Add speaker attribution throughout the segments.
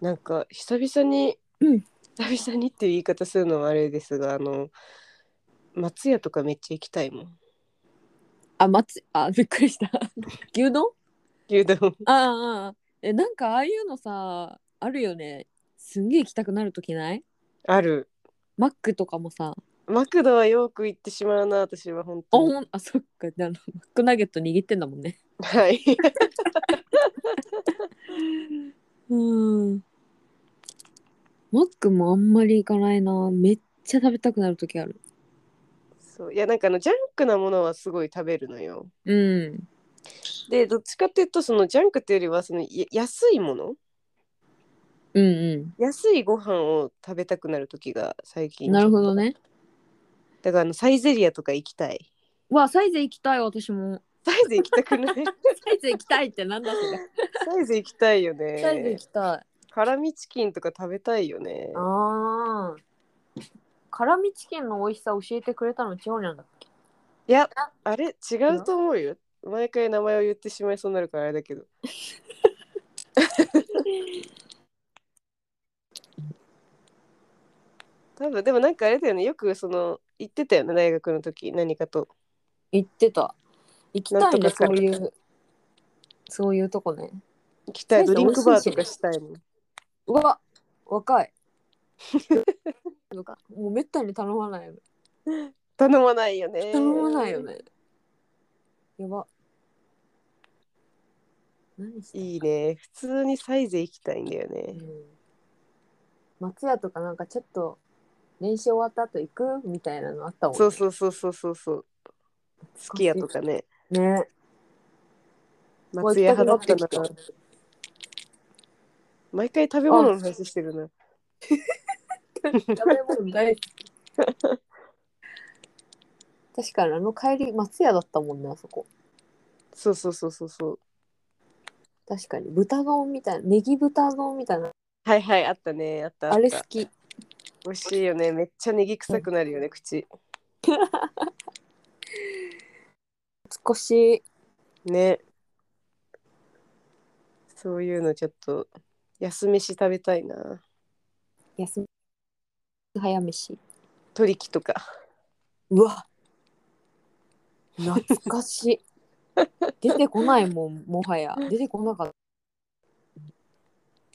Speaker 1: なんか久々に、
Speaker 2: うん
Speaker 1: 久々にっていう言い方するのもあれですがあの松屋とかめっちゃ行きたいもん
Speaker 2: あ、松、あ、びっくりした。 牛丼
Speaker 1: 牛丼
Speaker 2: ああああ、え、なんかああいうのさ、あるよね。すんげえ行きたくなるときない
Speaker 1: ある
Speaker 2: マックとかもさ、
Speaker 1: マクドはよく行ってしまうな私は本
Speaker 2: あ、
Speaker 1: 当に
Speaker 2: ほん、あ、そっか、であの、マックナゲット握ってんだもんね。
Speaker 1: はい
Speaker 2: うん。マックもあんまり行かないな。めっちゃ食べたくなるときある。
Speaker 1: そういやなんかあのジャンクなものはすごい食べるのよ
Speaker 2: うん。
Speaker 1: でどっちかっていうとそのジャンクっていうよりはそのや安いもの
Speaker 2: うんう
Speaker 1: 安いご飯を食べたくなる時が最近
Speaker 2: ん。なるほどね。
Speaker 1: だからあのサイゼリアとか行きたい
Speaker 2: わ、サイズ行きたい、私も。
Speaker 1: サイゼ行きたく ない
Speaker 2: サイズ行きたいってなんだそ
Speaker 1: サイゼ行きたいよね
Speaker 2: れ。サイズ行きたい。
Speaker 1: 辛味チキンとか食べたいよね
Speaker 2: ああ。辛味チキンの美味しさ教えてくれたの千穂にゃんだっけ
Speaker 1: いやあれ違うと思うよ毎回名前を言ってしまいそうになるからあれだ けど多分でもなんかあれだよねよくその行ってたよね大学の時何かと
Speaker 2: 言ってた。行きたい
Speaker 1: な
Speaker 2: ね、
Speaker 1: んとか
Speaker 2: そ
Speaker 1: 辛
Speaker 2: う
Speaker 1: い
Speaker 2: いう。そういうとこね。
Speaker 1: 行きたい
Speaker 2: サ
Speaker 1: ド
Speaker 2: イゼ
Speaker 1: リ
Speaker 2: 美
Speaker 1: ン
Speaker 2: 味
Speaker 1: クバ
Speaker 2: しいし
Speaker 1: ーとかしたいもん
Speaker 2: うわ若 い。もうめったに頼まないよね。
Speaker 1: 頼まないよね
Speaker 2: 頼まないよね。やば。何してんの
Speaker 1: いいね普通にサイゼ行きたいんだよ
Speaker 2: う
Speaker 1: ね
Speaker 2: ん松屋とかなんかちょっと練習終わった後行くみたいなのあったもんね
Speaker 1: そうそうそうそうそうそうすき家とかね
Speaker 2: ね。
Speaker 1: 松屋
Speaker 2: もう行
Speaker 1: 派
Speaker 2: きた
Speaker 1: だ
Speaker 2: くな
Speaker 1: っ
Speaker 2: ったて
Speaker 1: な
Speaker 2: きた
Speaker 1: 毎回食べ物の話してるな
Speaker 2: 食べ物大好き。 確かにあの帰り松屋だったもんねあそこ。
Speaker 1: そうそうそうそうそう
Speaker 2: 確かに豚丼みたいなネギ豚丼みたいな
Speaker 1: はいはいあったねあったあった
Speaker 2: あれ好き。
Speaker 1: 美味しいよねめっちゃネギ臭くなるよね口
Speaker 2: 少し
Speaker 1: ねそういうのちょっと安飯食べたいな
Speaker 2: 休み早飯。
Speaker 1: 鳥木とか
Speaker 2: うわ懐かし い。出てこないもんもはや出てこなかった。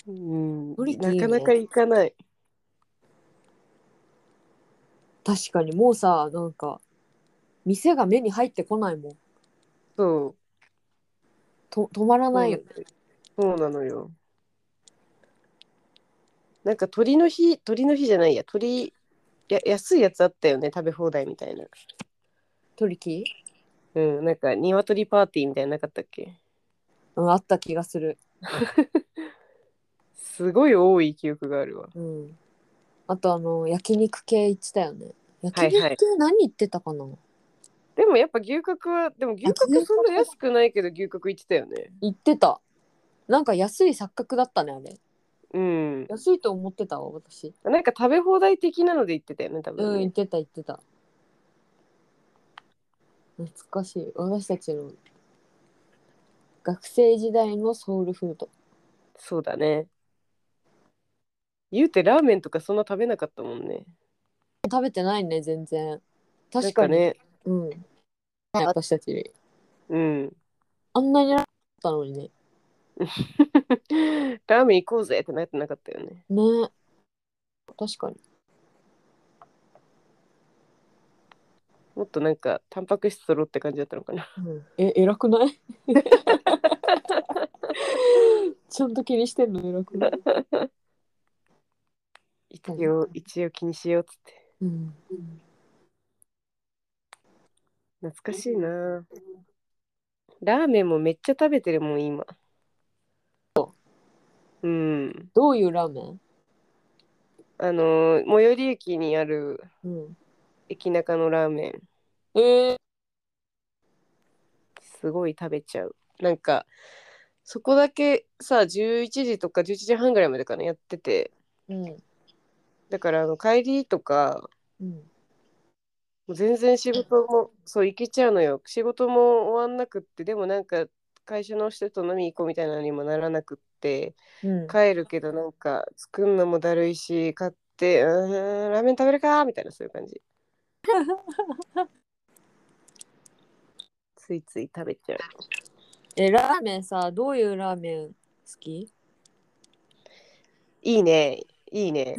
Speaker 1: うん
Speaker 2: 鳥貴い
Speaker 1: ない
Speaker 2: ね
Speaker 1: かなか行かない
Speaker 2: 確かにもうさなんか店が目に入ってこないもん。
Speaker 1: そ
Speaker 2: と止まら
Speaker 1: う
Speaker 2: ないよね。
Speaker 1: そうなのよなんか鳥の日鳥の日じゃないや鳥や安いやつあったよね食べ放題みたいな
Speaker 2: トリキ
Speaker 1: うんなんか鶏パーティーみたいなのなかったっけ
Speaker 2: うんあった気がする。
Speaker 1: すごい多い記憶があるわ
Speaker 2: うん、あとあの焼肉系行ってたよね
Speaker 1: は
Speaker 2: 焼
Speaker 1: いはい
Speaker 2: 肉系何言ってたかな、
Speaker 1: でもやっぱ牛角はでも牛角そんな安くないけど牛角行ってたよね
Speaker 2: 行ってたなんか安い錯覚だったねあれ
Speaker 1: うん
Speaker 2: 安いと思ってたわ私
Speaker 1: なんか食べ放題的なので行ってたよね多
Speaker 2: う
Speaker 1: 分
Speaker 2: ん行
Speaker 1: ね
Speaker 2: ってた行ってた懐かしい私たちの学生時代のソウルフード
Speaker 1: そうだね言うてラーメンとかそんな食べなかったもんね
Speaker 2: 食べてないね全然
Speaker 1: なん
Speaker 2: 確か
Speaker 1: か
Speaker 2: に
Speaker 1: ね
Speaker 2: うん私たち
Speaker 1: うん
Speaker 2: あんなになかったのにね
Speaker 1: ラーメン行こうぜってなってなかったよね。
Speaker 2: ね確かに
Speaker 1: もっとなんか、タンパク質取ろうって感じだったのかな。
Speaker 2: え偉くないちゃんと気にしてんの偉くない、
Speaker 1: 一応、一応気にしようっつって。
Speaker 2: うん、
Speaker 1: 懐かしいなラーメンもめっちゃ食べてるもん、今。うん。
Speaker 2: どういうラーメン、
Speaker 1: あのー最寄り駅にある
Speaker 2: うん、
Speaker 1: 駅中のラーメン、
Speaker 2: えー、
Speaker 1: すごい食べちゃう。なんか、そこだけさ、11時とか11時半ぐらいまでかな、やってて。
Speaker 2: うん
Speaker 1: だから、あの帰りとか、
Speaker 2: うん
Speaker 1: もう全然仕事もそう行けちゃうのよ仕事も終わんなくってでもなんか会社の人と飲みに行こうみたいなのにもならなくって
Speaker 2: うん
Speaker 1: 帰るけどなんか作るのもだるいし買ってうーんラーメン食べるかみたいなそういう感じついつい食べちゃう
Speaker 2: えラーメンさどういうラーメン好き
Speaker 1: いいねいいね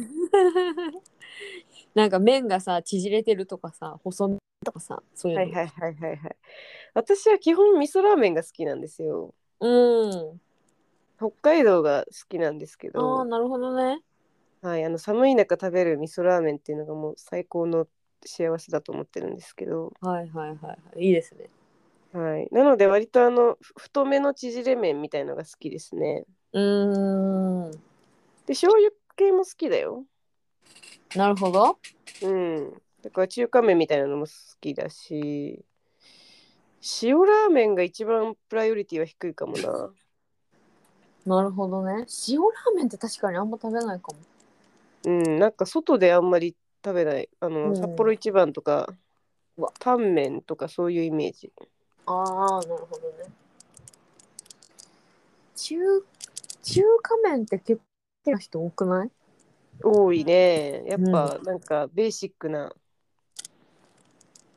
Speaker 2: なんか麺がさ縮れてるとかさ細麺とかさそういうの、
Speaker 1: はいはいはいはいはい私は基本味噌ラーメンが好きなんですよ
Speaker 2: うん
Speaker 1: 北海道が好きなんですけ
Speaker 2: ああ
Speaker 1: ど
Speaker 2: なるほどね
Speaker 1: はい、あの寒い中食べる味噌ラーメンっていうのがもう最高の幸せだと思ってるんですけど、
Speaker 2: はいはいはいいいですね
Speaker 1: はい、なので割とあのふ太めの縮れ麺みたいのが好きですね
Speaker 2: うーん
Speaker 1: で醤油系も好きだよ
Speaker 2: なるほど
Speaker 1: うんだから中華麺みたいなのも好きだし塩ラーメンが一番プライオリティは低いかもな
Speaker 2: なるほどね塩ラーメンって確かにあんま食べないかも
Speaker 1: うんなんか外であんまり食べないあ
Speaker 2: う
Speaker 1: の
Speaker 2: ん
Speaker 1: 札幌一番とか
Speaker 2: うわ
Speaker 1: タンメンとかそういうイメージ
Speaker 2: ああなるほどね中中華麺って結構好きな人多くない
Speaker 1: 多いねやっぱなんかベーシックな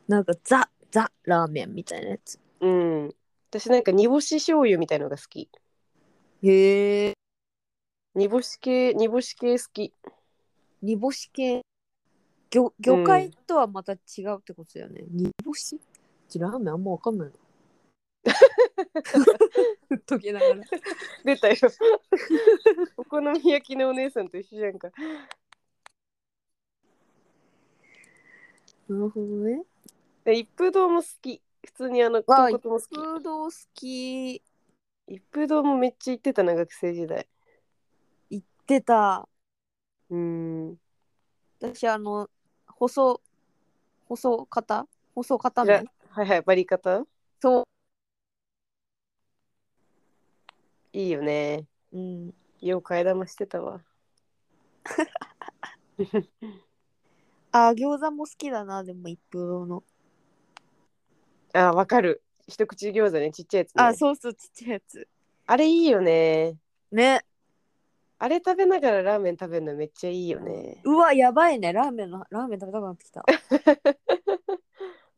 Speaker 2: なんかザザラーメンみたいなやつ
Speaker 1: うん。私なんか煮干し醤油みたいのが好き。
Speaker 2: へえ
Speaker 1: 煮干し系、煮干し系好き。
Speaker 2: 煮干し系魚魚介とはまた違うってことだよね、煮干しちょラーメンあんまわかんないな溶けながら
Speaker 1: 出 たよ。お好み焼きのお姉さんと一緒じゃんか。
Speaker 2: なるほどね
Speaker 1: で一風堂も好き。普通にあの、
Speaker 2: わあ
Speaker 1: 豚骨も好
Speaker 2: フード好き
Speaker 1: き。一風堂もめっちゃ行ってたな、学生時代。
Speaker 2: 行ってた
Speaker 1: うん。
Speaker 2: 私あの細細肩細肩
Speaker 1: ら
Speaker 2: 麺
Speaker 1: はいはい、バリカタ
Speaker 2: そ
Speaker 1: いいよね。
Speaker 2: う、うん、
Speaker 1: よう替え玉してたわ。
Speaker 2: あ餃子も好きだなでも一風堂の
Speaker 1: あ、わかる。一口餃子ね、ちっちゃいやつ、ね。
Speaker 2: あそうそうちっちゃいやつ
Speaker 1: あれいいよね。
Speaker 2: ね
Speaker 1: あれ食べながらラーメン食べるのめっちゃいいよね。
Speaker 2: うわやばいねラーメンのラーメン食べたくなってき た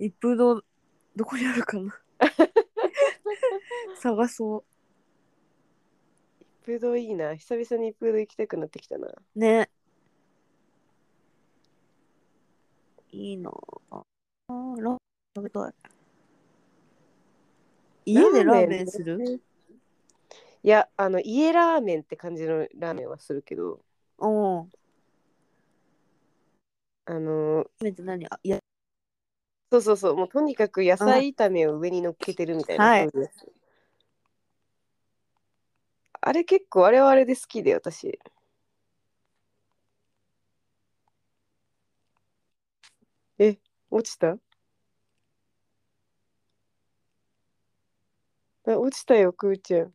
Speaker 2: 一風堂どこにあるか な探そ
Speaker 1: 一風堂いいな。久々に一風堂行きたくなってきたな。
Speaker 2: うねいいなあラーメン食べたい家でラーメンする
Speaker 1: いやあの家ラーメンって感じのラーメンはするけど
Speaker 2: うん
Speaker 1: あの
Speaker 2: めて何あいや
Speaker 1: そうそうそうもうとにかく野菜炒めを上に乗っけてるみたいな、
Speaker 2: はい
Speaker 1: そういうやつあれ結構あれはあれで好きで私え落ちたあ落ちたよくーちゃん